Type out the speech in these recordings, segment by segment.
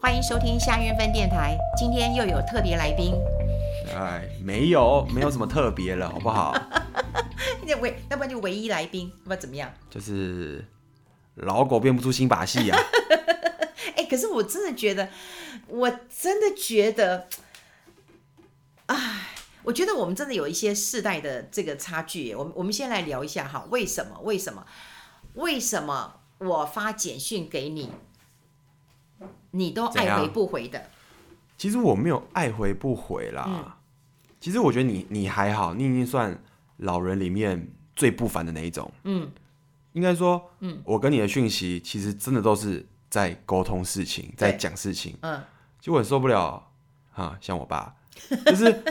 欢迎收听夏运分电台。今天又有特别来宾， 哎，没有，没有什么特别了，好不好？那唯要不然就唯一来宾，要不然怎么样？就是老狗变不出新把戏啊呀、哎，可是我真的觉得，我真的觉得，哎，我觉得我们真的有一些世代的这个差距耶。我们我们先来聊一下哈，为什么？为什么？为什么我发简讯给你，你都怎爱样回不回的？其实我没有爱回不回啦。其实我觉得你你还好，你已经算老人里面最不凡的那一种。嗯，应该说，嗯，我跟你的讯息其实真的都是在沟通事情，在对讲事情。嗯，就我很受不了啊，像我爸，就是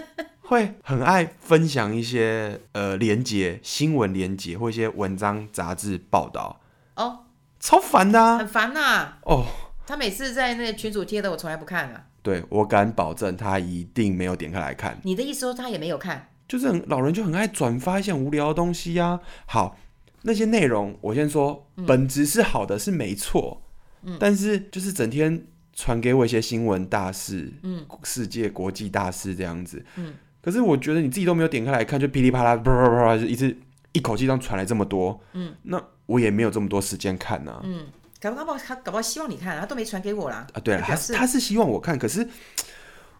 会很爱分享一些呃连结、新闻连结或一些文章、杂志报道，哦，超烦的、啊、很烦呐、哦。他每次在那个群主贴的，我从来不看啊。对我敢保证，他一定没有点开来看，你的意思说他也没有看？就是很老人就很爱转发一些很无聊的东西呀、好，那些内容我先说，本质是好的，是没错，嗯，但是就是整天传给我一些新闻大事，嗯，世界国际大事这样子，嗯，可是我觉得你自己都没有点开来看，就噼里啪啦啪啪啪啪，就一次一口气这样传来这么多，嗯，那我也没有这么多时间看呐、啊，搞不好他搞不好希望你看、啊，他都没传给我啦。啊，对了，就他表是示他是希望我看，可是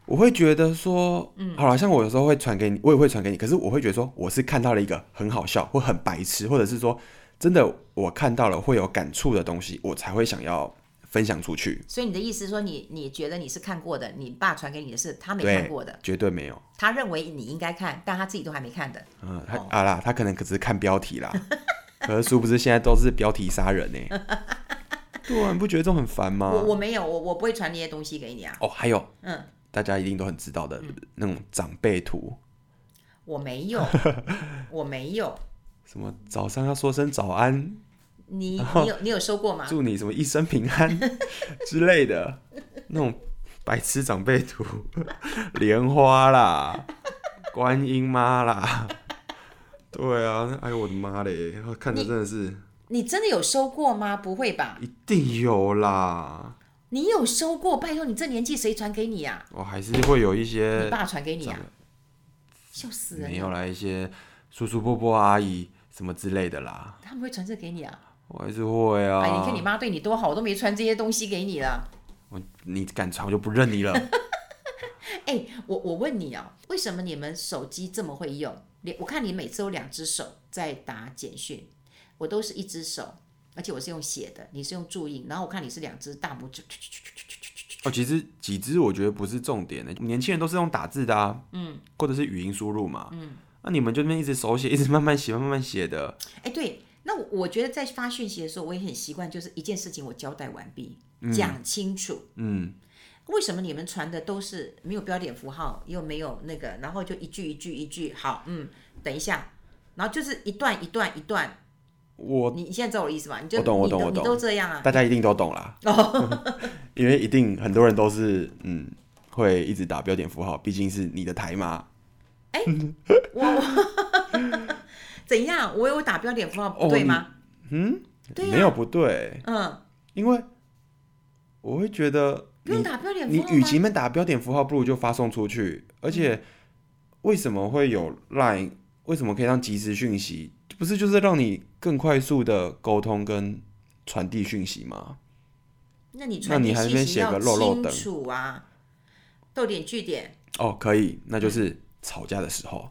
我会觉得说，嗯，好了，像我有时候会传给你，我也会传给你，可是我会觉得说，我是看到了一个很好笑或很白痴，或者是说真的我看到了会有感触的东西，我才会想要分享出去。所以你的意思是说你，你觉得你是看过的，你爸传给你的是他没对看过的，，绝对没有。他认为你应该看，但他自己都还没看的。嗯，哦他、啊啦，他可能只是看标题啦，可是殊不知现在都是标题杀人呢、对啊，你不觉得这种很烦吗？我我没有，我我不会传那些东西给你啊，哦，还有，嗯，大家一定都很知道的、那种长辈图，我没 有，我没有。什么早上要说声早安，你你有你有收过吗？祝你什么一生平安 之类的，那种白痴长辈图， 莲 花啦，观音妈啦，对啊，哎呦我的妈嘞，看着真的是你真的有收过吗？不会吧？一定有啦，你有收过？拜托，你这年纪谁传给你啊？我还是会有一你些爸传给你啊？笑死人呃啊没了！有啦，一些叔叔伯伯阿姨什么之类的啦，他们会传这给你啊？我还是会啊。哎，你看你妈对你多好，我都没传这些东西给你了。我你敢传我就不认你了。哎、我我问你啊，为什么你们手机这么会用？你我看你每次有两只手在打简讯，我都是一只手，而且我是用写的，你是用注音，然后我看你是两只大拇指，哦，其实几支我觉得不是重点的，年轻人都是用打字的啊，嗯，或者是语音输入嘛，嗯，那、你们就那边一直手写，一直慢慢写，慢慢写的，哎、对，那我我觉得在发讯息的时候，我也很习惯，就是一件事情我交代完毕，讲清楚。嗯，为什么你们传的都是没有标点符号，又没有那个，然后就一句一句一句，好，嗯，等一下，然后就是一段一段一段， 我你你现在知道我的意思吗？你就我懂我懂你都我懂你都这样啊？大家一定都懂啦， 因为一定很多人都是嗯会一直打标点符号，毕竟是你的台嘛，怎样？我有打标点符号不哦对你嗯吗？对呀没有不对，啊嗯，因为我会觉得不用打标点符你号与吗？嗯其们打标点符号，不如就发送出去。而且为什么会有 Line？为什么可以让即时讯息？不是就是让你更快速的沟通跟传递讯息吗？那你那传你递还信没息写要个漏漏清等楚啊，逗点句点。 哦，可以，那嗯就是吵架的时候，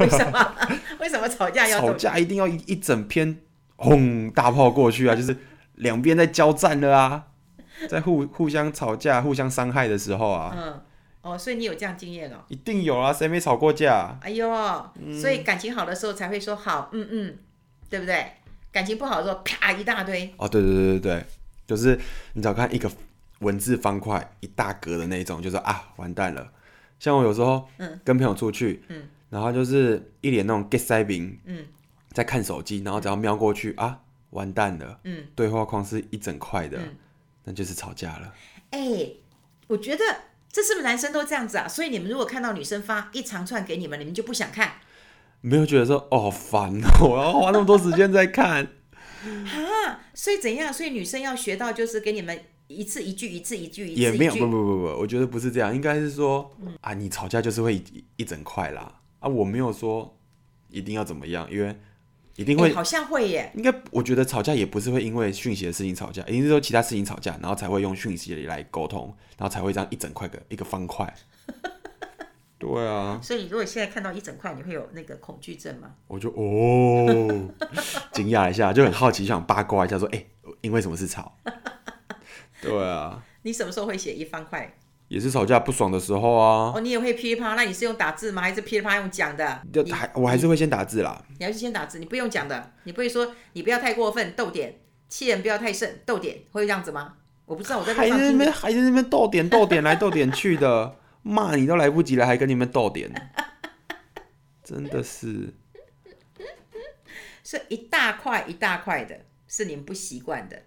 为什么？ 为什么吵架要吵逗？架一定要一一整篇轰大炮过 去啊，就是两边在交战了啊，在互互相吵架、互相伤害的时候啊，嗯，哦，所以你有这样经验哦。一定有啊，谁没吵过架啊？哎呦，所以感情好的时候才会说好，嗯嗯，对不对？感情不好的时候，啪一大堆。哦，对对对对对，就是你只要看一个文字方块一大格的那种，就是啊，完蛋了。像我有时候跟朋友出去，嗯，然后就是一脸那种 get 塞饼，嗯，在看手机，然后只要瞄过去啊，完蛋了，嗯，对话框是一整块的，那就是吵架了。哎，我觉得这是不是男生都这样子啊？所以你们如果看到女生发一长串给你们，你们就不想看没有觉得说哦好烦哦，我要花那么多时间在看，啊？所以怎样？所以女生要学到就是给你们一次一句，一次一句，一次也没有，一不句不不不，我觉得不是这样，应该是说、嗯啊，你吵架就是会一一整块啦啊，我没有说一定要怎么样，因为一定会哎好像会耶。应该，我觉得吵架也不是会因为讯息的事情吵架，一定是说其他事情吵架，然后才会用讯息来沟通，然后才会这样一整块个一个方 块。对啊，所以如果现在看到一整块，你会有那个恐惧症吗？我就哦，惊讶一下，就很好奇，想八卦一下，说，哎、因为什么事吵？ 对啊，你什么时候会写一方块？也是吵架不爽的时候啊，哦，你也会噼里啪啦？那你是用打字吗？还是噼里啪啦用讲的？就你还我还是会先打字啦。你要是先打字，你不用讲的，你不会说你不要太过分，逗点，气人不要太甚，逗点，会这样子吗？我不知道，我在路还在上那听边还在那边逗点逗点来逗点去的，骂你都来不及了，还跟你们逗点， 真的是。是一大块一大块的，是你们不习惯的。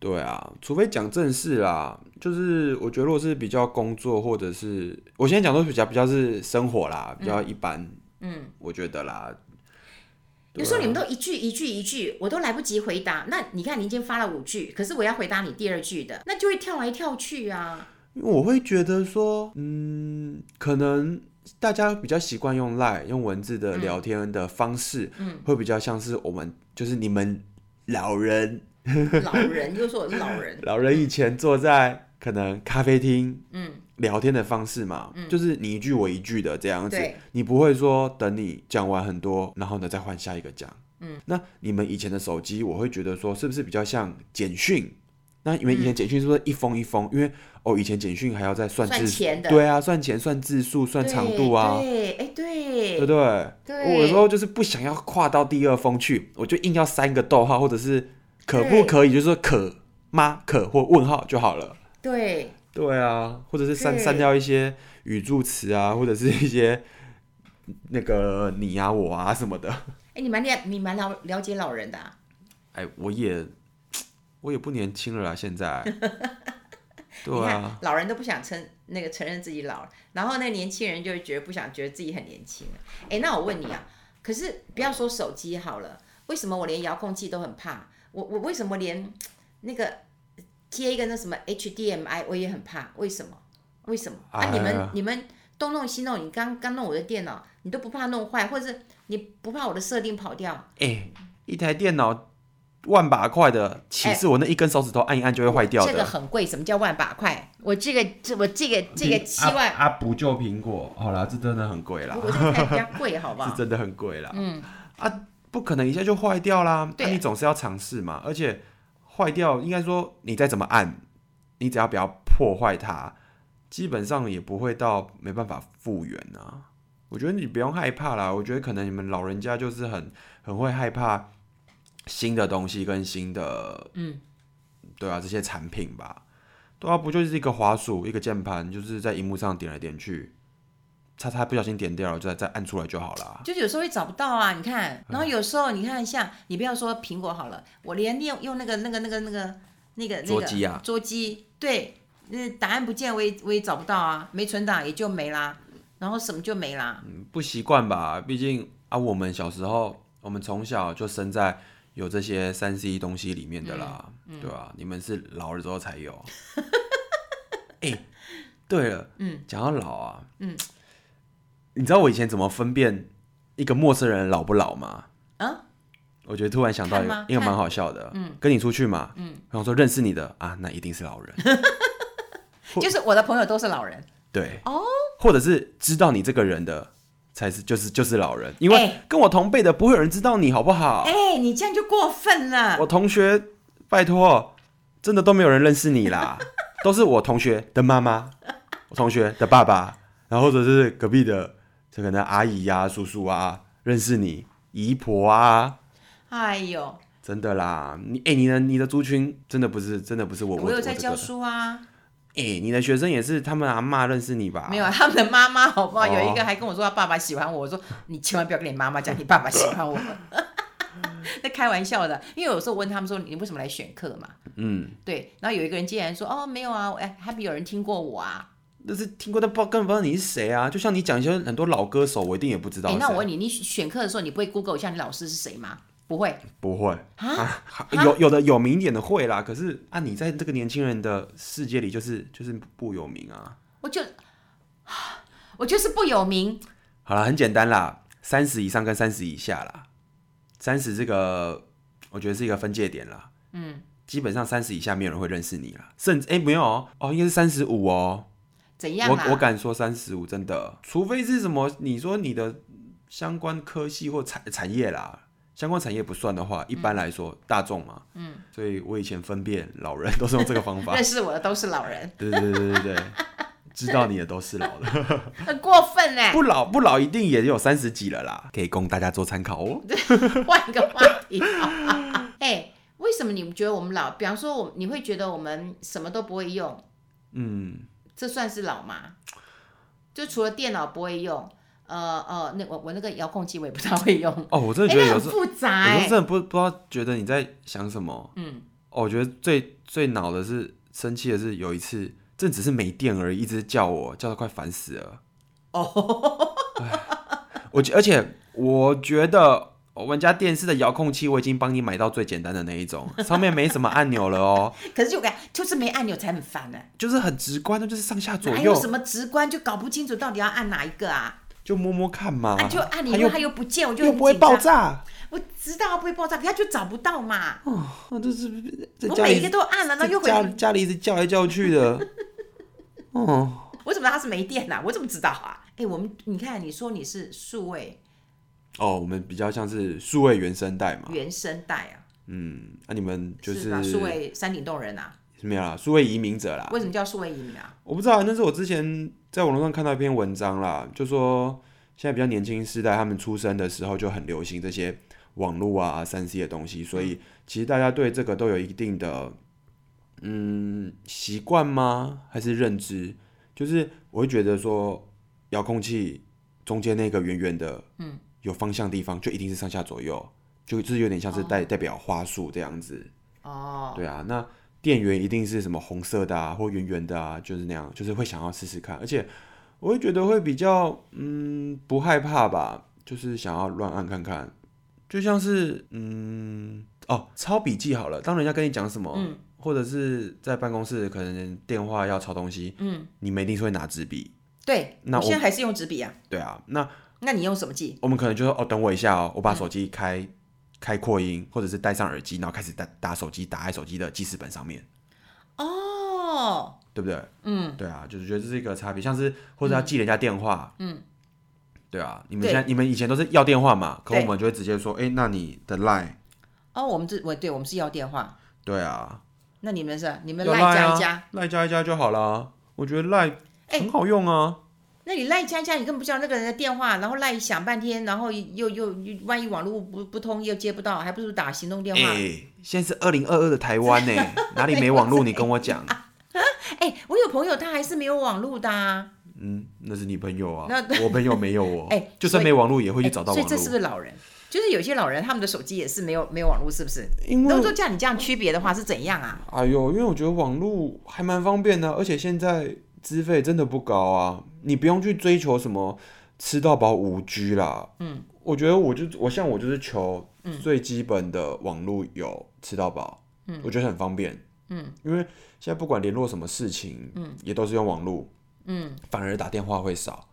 对啊，除非讲正事啦，就是我觉得如果是比较工作或者是我现在讲都是比较比较是生活啦，比较一般，嗯，我觉得啦，对有啊时候你们都一句一句一句，我都来不及回答。那你看，你已经发了五句，可是我要回答你第二句的，那就会跳来跳去啊。因为我会觉得说，嗯，可能大家比较习惯用 Line 用文字的聊天的方式，嗯，会比较像是我们就是你们老人老人又说我是老人，老人以前坐在可能咖啡厅，嗯，聊天的方式嘛，就是你一句我一句的这样子对，你不会说等你讲完很多，然后呢再换下一个讲，嗯，那你们以前的手机，我会觉得说是不是比较像简讯？那你们以前简讯是不是一封一封？因为哦，以前简讯还要再算算字数钱的对啊，算钱、算字数、算对长度啊，对，哎对对不对？对我有时候就是不想要跨到第二封去，我就硬要三个逗号，或者是可不可以，就是说可吗？可或问号就好了。对，对啊，或者是删对删掉一些语助词啊，或者是一些那个你啊、我啊什么的。哎你蛮了你蛮了了解老人的、啊，哎，我也我也不年轻了啦，现 在。你对啊，看老人都不想承那个承认自己老了，然后那个年轻人就会觉得不想觉得自己很年轻了。哎，那我问你啊，可是不要说手机好了，为什么我连遥控器都很怕？我我为什么连那个接一个那什么 HDMI 我也很怕？为什么？为什么啊？哎呀你们你们东弄西哦弄，你刚刚弄我的电脑，你都不怕弄坏，或者是你不怕我的设定跑掉？哎、一台电脑万把块的，岂哎是我那一根手指头按一按就会坏掉的？这个很贵，什么叫万把块？我这个这我这个这个七万，啊啊不就苹果，好啦，这真的很贵啦如，果这个太加贵，好不好啊是？真的很贵啦。嗯啊，不可能一下就坏掉啦，那、对你总是要尝试嘛。而且坏掉，应该说你再怎么按，你只要不要破坏它，基本上也不会到没办法复原啊。我觉得你不用害怕啦，我觉得可能你们老人家就是很很会害怕新的东西跟新的嗯，对啊，这些产品吧。对啊，不就是一个滑鼠，一个键盘，就是在荧幕上点来点去，叉叉不小心点掉了，再再按出来就好啦。就是有时候会找不到啊，你嗯看，然后有时候你看像你不要说苹果好了，我连用用那个那个那个那个那个那个桌机啊桌机对，那答案不见我也我也找不到啊，没存档也就没啦，然后什么就没啦，不习惯吧？毕竟啊，我们小时候，我们从小就生在有这些三 C 东西里面的啦，对吧、你们是老了之后才有。哎、对了，嗯，讲到老啊，嗯，你知道我以前怎么分辨一个陌生人老不老吗？啊，我觉得突然想到一看吗个，因为看蛮好笑的，嗯，跟你出去嘛，嗯，然后说认识你的啊，那一定是老人，或就是我的朋友都是老人，对，哦，或者是知道你这个人的才是就是就是老人，因为哎跟我同辈的不会有人知道你好不好？哎、你这样就过分了，我同学，拜托，真的都没有人认识你啦， 都是我同学的妈妈，我同学的爸爸，然后或者是隔壁的这个呢阿姨呀、叔叔啊认识你，姨婆啊。哎呦，真的啦，你哎、你的你的族群真的不是真的不是我我有在教这个的书啊，哎、你的学生也是他们阿妈认识你吧？没有啊他们的妈妈好不好？哦有一个还跟我说他爸爸喜欢我，我说你千万不要跟你妈妈讲你爸爸喜欢我， 那开玩笑的。因为有时候问他们说你为什么来选课嘛？嗯，对，然后有一个人竟然说哦没有啊，哎还没有人听过我啊。但是听过，但不知道根本不知道你是谁啊。就像你讲一些很多老歌手，我一定也不知道啊哎是，谁。那我问你，你选课的时候你不会 Google 一下你老师是谁吗？不会不会啊？哈有有的有名一点的会啦，可是啊，你在这个年轻人的世界里，就是就是不有名啊。我就 我就是不有名，好啦，很简单啦，三十以上跟三十以下啦，三十这个我觉得是一个分界点啦。嗯，基本上三十以下没有人会认识你啦，甚至哎、没有哦，哦应该是三十五哦，怎样啊啦？我我敢说三十五真的，除非是什么你说你的相关科系或产产业啦，相关产业不算的话，一般来说、大众嘛，嗯，所以我以前分辨老人都是用这 个方法，认识我的都是老人，对对对对对对，知道你的都是老了，很过分哎、不老不老一定也有三十几了啦，可以供大家做参考哦。换一个话题。 哎、为什么你们觉得我们老？比方说我，你会觉得我们什么都不会用，嗯，这算是老吗？就除了电脑不会用，呃呃，那我我那个遥控器我也不太会用，哦，我真哎、的觉得那有很时候，复杂有时哎、候真的不不知道觉得你在想什么，嗯，哦，我觉得最最恼的是生气的是有一次，这只是没电而已，一直叫我叫的快烦死了。哦，我觉而且我觉得我们家电视的遥控器我已经帮你买到最简单的那一种，上面没什么按钮了哦， 可是就感就是没按钮才很烦呢、就是很直观的，就是上下左哪有右什么直观就搞不清楚到底要按哪一个啊？就摸摸看嘛，啊，就按你，它因为又它又不见，我就又很不会紧张爆。炸，我知道它不会爆炸，可它就找不到嘛。哦，这是在我家每里一个都按了，那在又回家家里一直叫来叫去的， 哦。我怎么知道它是没电呐、我怎么知道啊？哎、我们你看，你说你是数位哦，我们比较像是数位原声带嘛，原声带啊，嗯，那、你们就是吧？数位山顶洞人啊，没有啦，数位移民者啦，为什么叫数位移民啊？我不知道，那是我之前在网络上看到一篇文章啦，就说现在比较年轻世代，他们出生的时候就很流行这些网络啊、三 C 的东西，所以其实大家对这个都有一定的嗯习惯吗？还是认知？就是我会觉得说，遥控器中间那个圆圆的，嗯，有方向的地方就一定是上下左右，就就是有点像是代、代表花束这样子。哦，对啊，那店员一定是什么红色的啊，或圆圆的啊，就是那样，就是会想要试试看，而且我会觉得会比较嗯不害怕吧，就是想要乱按看看，就像是嗯哦抄笔记好了，当人家跟你讲什么。嗯或者是在办公室，可能电话要抄东西，嗯，你们一定是会拿纸笔，对，那我我现在还是用纸笔啊。对啊。那那你用什么记？我们可能就说哦，等我一下哦，我嗯把手机开、开扩音，或者是戴上耳机，然后开始打打手机，打在手机的记事本上面。哦，对不对？嗯，对啊，就是觉得这是一个差别，像是或者要记人家电话，嗯，对啊，你们对现在你们以前都是要电话嘛，可对我们就会直接说，哎，那你的 line，哦，我们这我对我们是要电话，对啊，那你们是你们有赖 line 加啊一加， ，line 加一加就好啦，我觉得 line 哎很好用啊，那你赖加一加，你根本不知道那个人的电话，然后赖想半天，然后又又又万一网络不不通又接不到，还不如打行动电话。哎，现在是二零二二的台湾 呢，哪里没网络？你跟我讲，哎、我有朋友他还是没有网络的、啊，嗯，那是你朋友啊那，我朋友没有 哦哎，就所算以没网络也会去找到哎所以网这是不络，是老人？就是有些老人他们的手机也是没有没有网络，是不是？因那为如果像你这样区别的话是怎样啊？哎呦，因为我觉得网络还蛮方便的啊、而且现在资费真的不高啊，你不用去追求什么吃到饱五 G 啦。嗯，我觉得我就我像我就是求最基本的网络有吃到饱，嗯，我觉得很方便，嗯，因为现在不管联络什么事情，嗯，也都是用网络，嗯，反而打电话会少，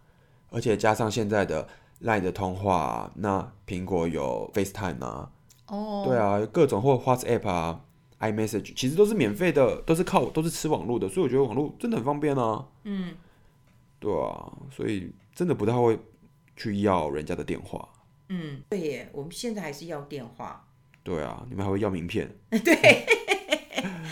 而且加上现在的 LINE 的通话啊、那苹果有 FaceTime 啊，哦，对啊，各种或 WhatsApp 啊、iMessage，其实都是免费的，都是靠都是吃网络的，所以我觉得网络真的很方便啊。嗯，对啊，所以真的不太会去要人家的电话。嗯，对耶，我们现在还是要电话对啊，你们还会要名片？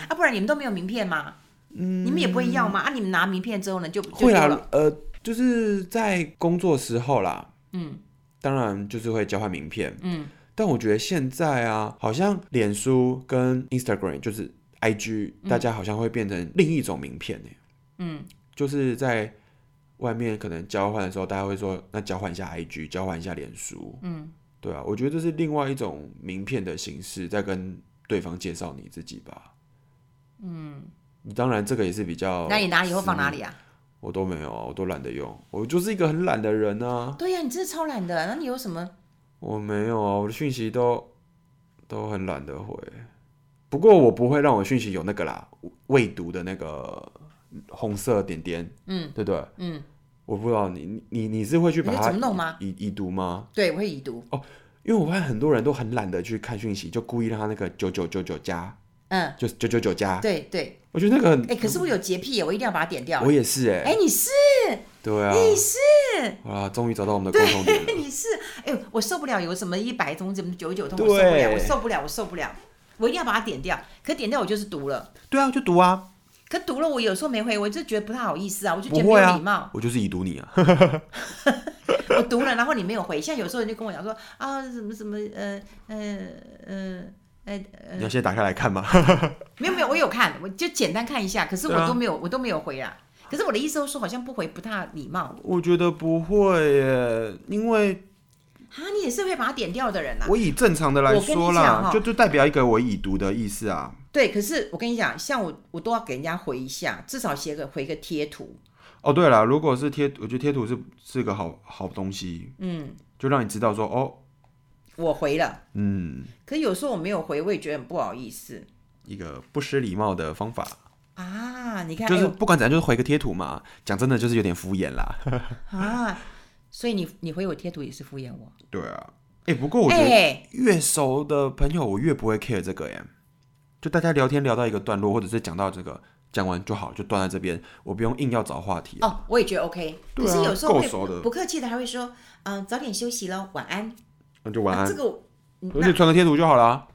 啊，不然你们都没有名片吗？嗯，你们也不会要吗？啊，你们拿名片之后呢，就就会丢啊了。，呃，就是在工作时候啦。嗯，当然就是会交换名片。嗯，但我觉得现在啊，好像脸书跟 Instagram 就是 IG，、大家好像会变成另一种名片呢、嗯，就是在外面可能交换的时候，大家会说那交换一下 IG，交换一下脸书，嗯，对啊，我觉得这是另外一种名片的形式，在跟对方介绍你自己吧，嗯，当然这个也哦是比较，那你拿以后放哪？里啊？我都没有啊，我都懒得用，我就是一个很懒的人啊，对呀、你真的超懒的。那你有什么？我没有啊，我的讯息都都很懒得回。不过我不会让我讯息有那个啦，未读的那个红色点点，嗯，对不对？嗯，我不知道你你你你是会去把你它会怎么弄吗已已读吗？对，我会已读。因为我发现很多人都很懒得去看讯息，就故意让他那个九九九九加，嗯，就九九九加。对对。我觉得那个哎、可是我有洁癖耶，我一定要把它点掉。很，我也是哎、哎、你是对啊，你是好啦，终于找到我们的共同点了。你是，哎、我受不了有什么一百通，什么九十九通，我受不了，我受不了，对我受不了，我一定要把它点掉。可点掉我就是读了，对啊，就读啊，可读了我有时候没回，我就觉得不太好意思啊，我 就不觉得没会有啊，礼貌。我就是已读你啊。我读了，然后你没有回。现在有时候人就跟我讲说啊，什么什么，呃呃呃呃呃，你要先打开来看吗？ 没有没有，我有看，我就简单看一下，可是对啊我都没有，我都没有回啦。可是我的意思是说，好像不回不太礼貌我觉得不会耶，因为啊。你也是会把它点掉的人啊。我以正常的来我跟你说讲啦，哦就就代表一个我已读的意思啊。对，可是我跟你讲，像我，我都要给人家回一下，至少写个回个贴图。哦，对了，如果是贴，我觉得贴图是是个好好东西，嗯，就让你知道说，哦，我回了，嗯，可是有时候我没有回，我也觉得很不好意思一个不失礼貌的方法，啊。你看，就是哎不管怎样，就是回个贴图嘛。讲真的，就是有点敷衍啦。呦啊，所以你你回我贴图也是敷衍我。对啊，哎、不过我觉哎、得越熟的朋友，我越不会 care 这个耶。就大家聊天聊到一个段落，或者是讲到这个，讲完就好，就断在这边，我不用硬要找话题。哦，我也觉得 OK，、对可啊是有时候够会熟的不客气的，还会说，嗯、早点休息喽，晚安。那就晚啊安这，个我嗯而且那传个贴图就好啊啦。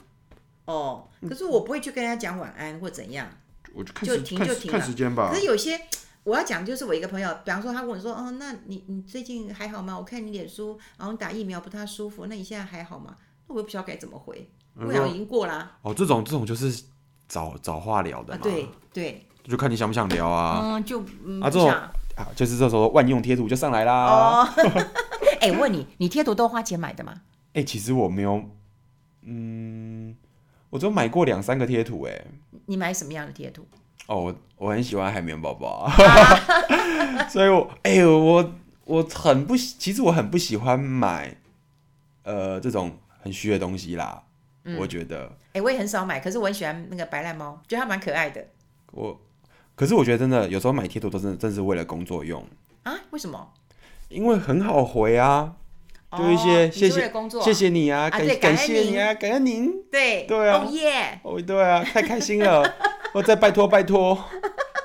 哦，可是我不会去跟人家讲晚安或怎样。我就就停就停了间吧可是有些我要讲，就是我一个朋友，比方说他问我说，哦，那你你最近还好吗？我看你脸书，然后你打疫苗不太舒服，那你现在还好吗？那我也不知道该怎么回，嗯我想已经过啦、哦，这种这种就是找找话聊的啊嘛，，对对，就看你想不想聊啊。嗯，就嗯啊不这种想啊，就是这时候万用贴图就上来啦。哎、 哦， 哎，问你，你贴图都花钱买的吗？其实我没有，嗯，我只有买过两三个贴图、哎。你买什么样的贴图？哦，我我很喜欢海绵 宝宝，所以我哎、呦，我我很不喜，其实我很不喜欢买呃这种很虚的东西啦。我觉得哎，我也很少买，可是我很喜欢那个白烂猫，觉得它蛮可爱的我，可是我觉得真的有时候买贴图都真的真是为了工作用，啊？为什么？因为很好回啊，就一哦些你谢是为了谢工作，谢谢你啊，啊感对感感恩谢你您啊，感恩您，对对啊哦耶，哦对啊，太开心了， 我再拜托拜托，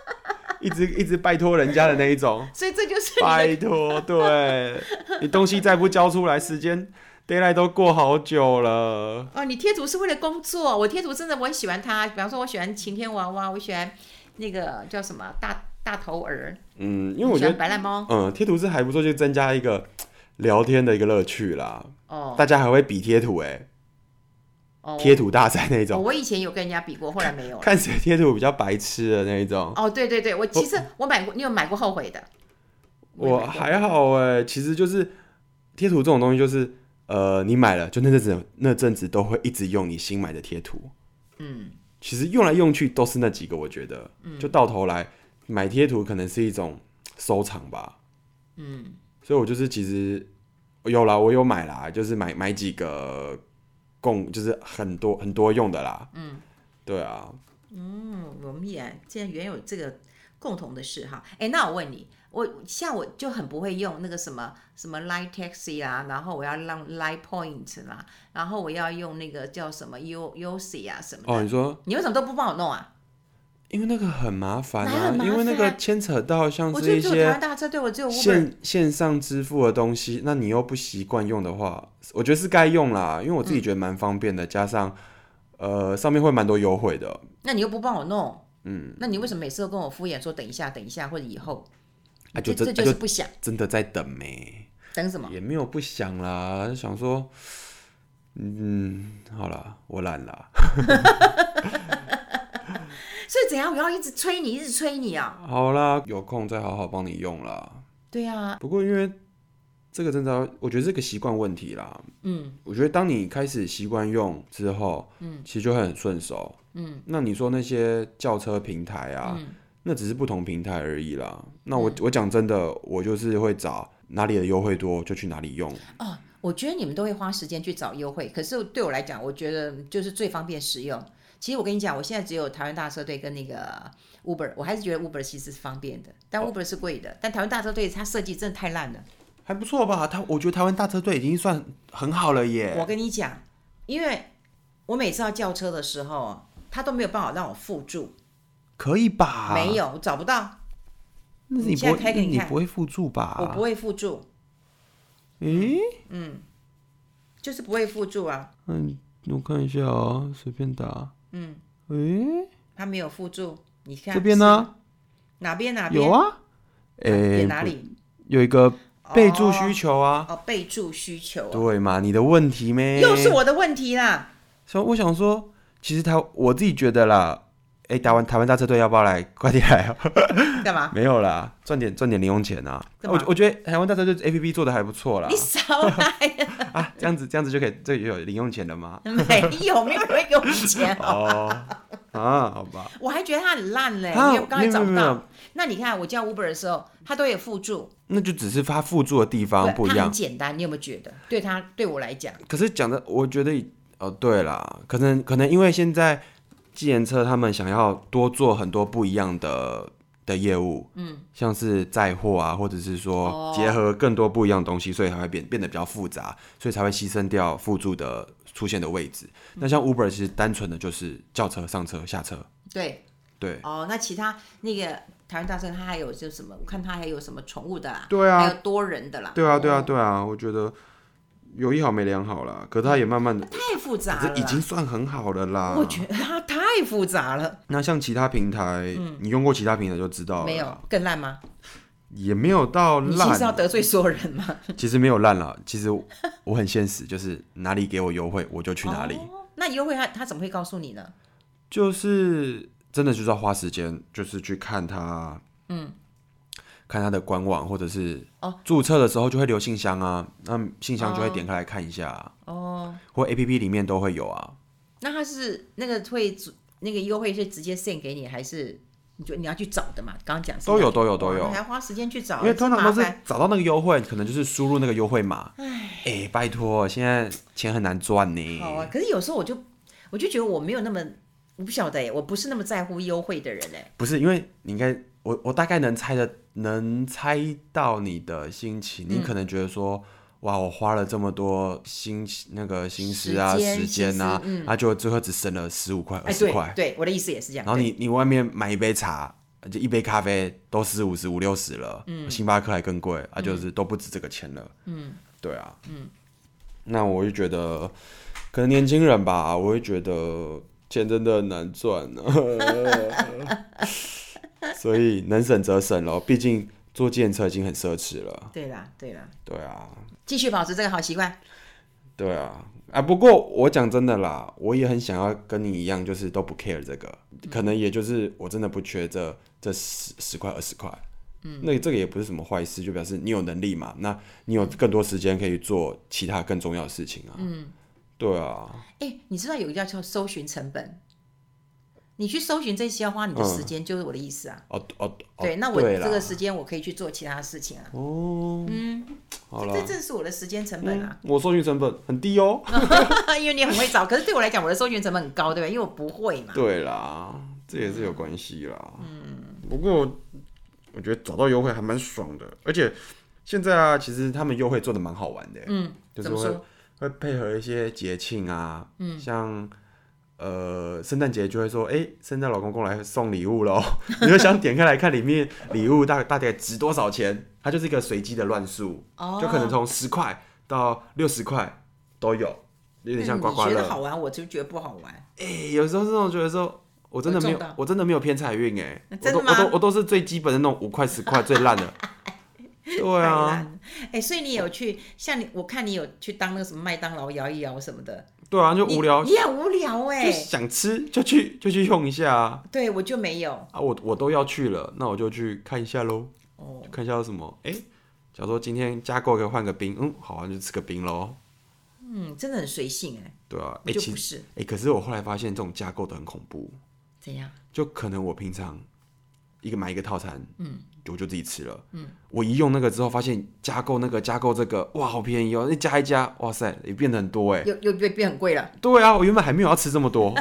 一直一直拜托人家的那一 种。所以这就是你的拜托，对你东西再不交出来，时间 d a y l i g h t 都过好久了。哦，你贴图是为了工作，我贴图真的我很喜欢它，比方说我喜欢晴天娃娃，我喜欢那个叫什么大大头儿，嗯，因为我喜觉欢得，白烂猫嗯，贴图是还不错，就增加一个聊天的一个乐趣啦。哦大家还会比贴图、欸，哦哎，贴图大赛那一哦种，我以前有跟人家比过，后来没有了。 看谁贴图比较白痴的那一种。哦，对对对，我其实我买过，你有买过后悔的？也我买过还好哎、其实就是贴图这种东西，就是呃，你买了，就那阵子那阵子都会一直用你新买的贴图。嗯，其实用来用去都是那几个，我觉得，就到头来买贴图可能是一种收藏吧，嗯，所以我就是其实有啦，我有买啦，就是买买几个共，就是很多很多用的啦，嗯，对啊，嗯，我们也既然原有这个共同的事哈，哎，那我问你，我像我就很不会用那个什么什么 Line Taxi 啦，然后我要让 Line Point 啦，然后我要用那个叫什么 U U C 啊什么的，哦，你说你为什么都不帮我弄啊？因为那个很麻烦哪啊，很麻因为那个烦牵扯到像我是就一只有台些湾大车队，我只有 Uber。线线上支付的东西，那你又不习惯用的话，我觉得是该用啦，因为我自己觉得蛮方便的，加上呃上面会蛮多优惠的。那你又不帮我弄，嗯，那你为什么每次都跟我敷衍说等一下、等一下或者以后？啊，这就这真就是不想真的在等没、等什么？也没有不想啦，就想说，嗯，好啦，我懒啦，所以怎样？我要一直催你，一直催你啊！好啦，有空再好好帮你用啦。对啊，不过因为这个真的要，我觉得是个习惯问题啦。嗯，我觉得当你开始习惯用之后，嗯，其实就会很顺手，嗯。那你说那些轿车平台啊，嗯那只是不同平台而已啦。那我、我讲真的，我就是会找哪里的优惠多就去哪里用。哦，我觉得你们都会花时间去找优惠，可是对我来讲，我觉得就是最方便实用。其实我跟你讲，我现在只有台湾大车队跟那个 Uber，我还是觉得 Uber 其实是方便的，但哦 Uber 是贵的。但台湾大车队它设计真的太烂了。还不错吧？他我觉得台湾大车队已经算很好了耶。我跟你讲，因为我每次要叫车的时候啊，他都没有办法让我附注，可以吧？没，有我找不到，那是你你不现在会，开给你你看不会附注吧？我不会附啊注，诶、就是不会附注啊，嗯，我看一下哦，随便打。嗯，诶、他没有附注。你看这边呢？哪边哪边有啊，诶、点哪哦里？有一个备注需求啊。哦，备注需求啊，对嘛？你的问题咩？又是我的问题啦。所以我想说，其实他我自己觉得啦，诶、台湾台湾大车队要不要来？快点来哦！干嘛？没有啦，赚点赚点零用钱啊！干嘛我我觉得台湾大车队 A P P 做的还不错啦你。少来，啊，这样子这样子就可以，这也有零用钱 了吗？没有，没有人会给我们钱。哦，啊，好吧，我还觉得它很烂嘞，啊因为我刚才找不没有没有没到。那你看，我叫 Uber 的时候，它都有附注，那就只是他附注的地对方，不一它很样。简单。你有没有觉得？对它，对我来讲，可是讲的，我觉得哦，对啦，可能可能因为现在计程车他们想要多做很多不一样的的业务，嗯，像是载货啊，或者是说哦结合更多不一样的东西，所以才会变变得比较复杂，所以才会牺牲掉附注的出现的位置。嗯那像 Uber 其实单纯的就是叫车、上车、下车，对对，哦。那其他那个台湾大圣，它还有就是什么？我看它还有什么宠物的啦，对啊还有多人的啦，对啊，对啊，哦，对啊，我觉得有一好没两好啦，可是他也慢慢的，哦太复杂了这啦，已经算很好了啦。我觉得它太复杂了。那像其他平台，你用过其他平台就知道了，嗯没有，更烂吗？也没有到你其实要哦烂，得罪所有人吗？ 其实没有烂啦，其实我我很现实，就是哪里给我优惠我就去哪里，哦那优惠他他怎么会告诉你呢？就是真的就是要花时间，就是去看它，嗯，看它的官网或者是哦注册的时候就会留信箱啊，那信箱就会点开来看一下、啊，哦，或 A P P 里面都会有啊，那他是那个会主那个优惠是直接 send 给你，还是你就你要去找的嘛？刚刚讲是都有要都有都有哇你还花时间去找，因为通常都真是哦麻烦找到那个优惠，可能就是输入那个优惠码，哎、拜托，现在钱很难赚呢，好啊。可是有时候我就我就觉得我没有那么我不晓得哎，我不是那么在乎优惠的人哎。不是，因为你应该，我我大概能猜的，能猜到你的心情。嗯你可能觉得说，哇，我花了这么多心那个心思啊、时间时间啊心，嗯啊，就最后只省了十五块、二哎，十对块。对，我的意思也是这样。然后你你外面买一杯茶，就一杯咖啡都四五十、五六十了，星巴克还更贵啊，就是都不止这个钱了。嗯，对啊，嗯，那我就觉得，可能年轻人吧，我会觉得钱真的很难赚 啊，所以能省则省咯，毕竟坐电车已经很奢侈了。对对啦对啦，对啊，继续保持这个好习惯。对啊，啊，不过我讲真的啦，我也很想要跟你一样，就是都不 care 这个，嗯可能也就是我真的不缺这这十十块二十块，嗯，那这个也不是什么坏事，就表示你有能力嘛，那你有更多时间可以做其他更重要的事情啊，嗯，对啊，哎，你知道有一个叫搜寻成本，你去搜寻这些要花你的时间，就是我的意思啊。哦哦，嗯哦对，那我对啦这个时间我可以去做其他的事情啊。哦，嗯，好了这，正是我的时间成本啊，我搜寻成本很低哦， 因为你很会找，可是对我来讲，我的搜寻成本很高，对不对？因为我不会嘛。对啦，这也是有关系啦。嗯，不过我觉得找到优惠还蛮爽的，而且现在啊，其实他们优惠做的蛮好玩的。嗯，就是怎么会说会配合一些节庆啊，嗯，像。呃，圣诞节就会说，哎、圣诞老公公来送礼物喽。 你就想点开来看里面礼物大大概值多少钱？它就是一个随机的乱数，哦就可能从十块到六十块都有，有点像刮嗯刮你觉乐。得好玩，我就觉得不好玩。哎、有时候这种觉得说，我真的没有有中到，啊我真的没有偏财运哎，我真都的吗我都我都是最基本的那种五块十块最烂的。 对太啊，烂了。哎，所以你有去像你，我看你有去当那个什么麦当劳摇一摇什么的，对啊，就你无聊，你很无聊哎就。想吃就去就去用一下啊，对，我就没有。啊我我都要去了，那我就去看一下喽，哦，看一下有什么哎。假如说今天加购可以换个冰，嗯，好啊，就吃个冰喽。嗯，真的很随性哎，对啊，我哎、就其不实是哎、可是我后来发现这种加购的很恐怖，怎样。就可能我平常一个买一个套餐，嗯，我就自己吃了，嗯，我一用那个之后，发现加购那个加购这个，哇，好便宜哦，那加一加，哇塞，也变得很多哎，又又变变很贵了。对啊，我原本还没有要吃这 么多，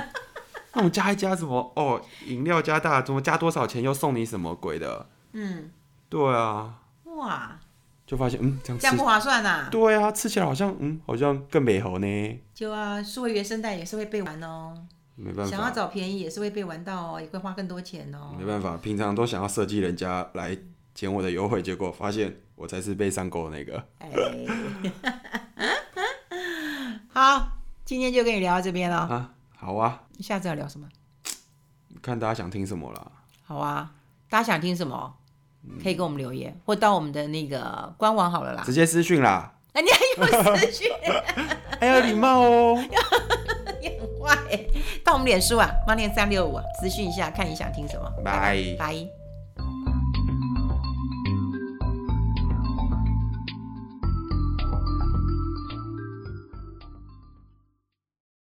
那我加一加什么哦，饮料加大，怎么加多少钱又送你什么鬼的，嗯，对啊，哇，就发现嗯这样这样吃，不划算呐、对啊，吃起来好像嗯好像更美好呢，就啊，数位原生代也是会被玩哦，没办想要法，找便宜也是会被玩到哦，也会花更多钱哦。没办法，平常都想要设计人家来减我的优惠，结果发现我才是被上钩的那个。哎， 好，今天就跟你聊到这边了，啊，好啊，下次要聊什么？看大家想听什么啦。好啊，大家想听什么？嗯可以给我们留言，或到我们的那个官网好了啦。直接私讯啦，那 你还有私讯还有礼貌哦。 坏？到我们脸书啊，猫念三六五啊，私讯一下，看你想听什么。拜拜。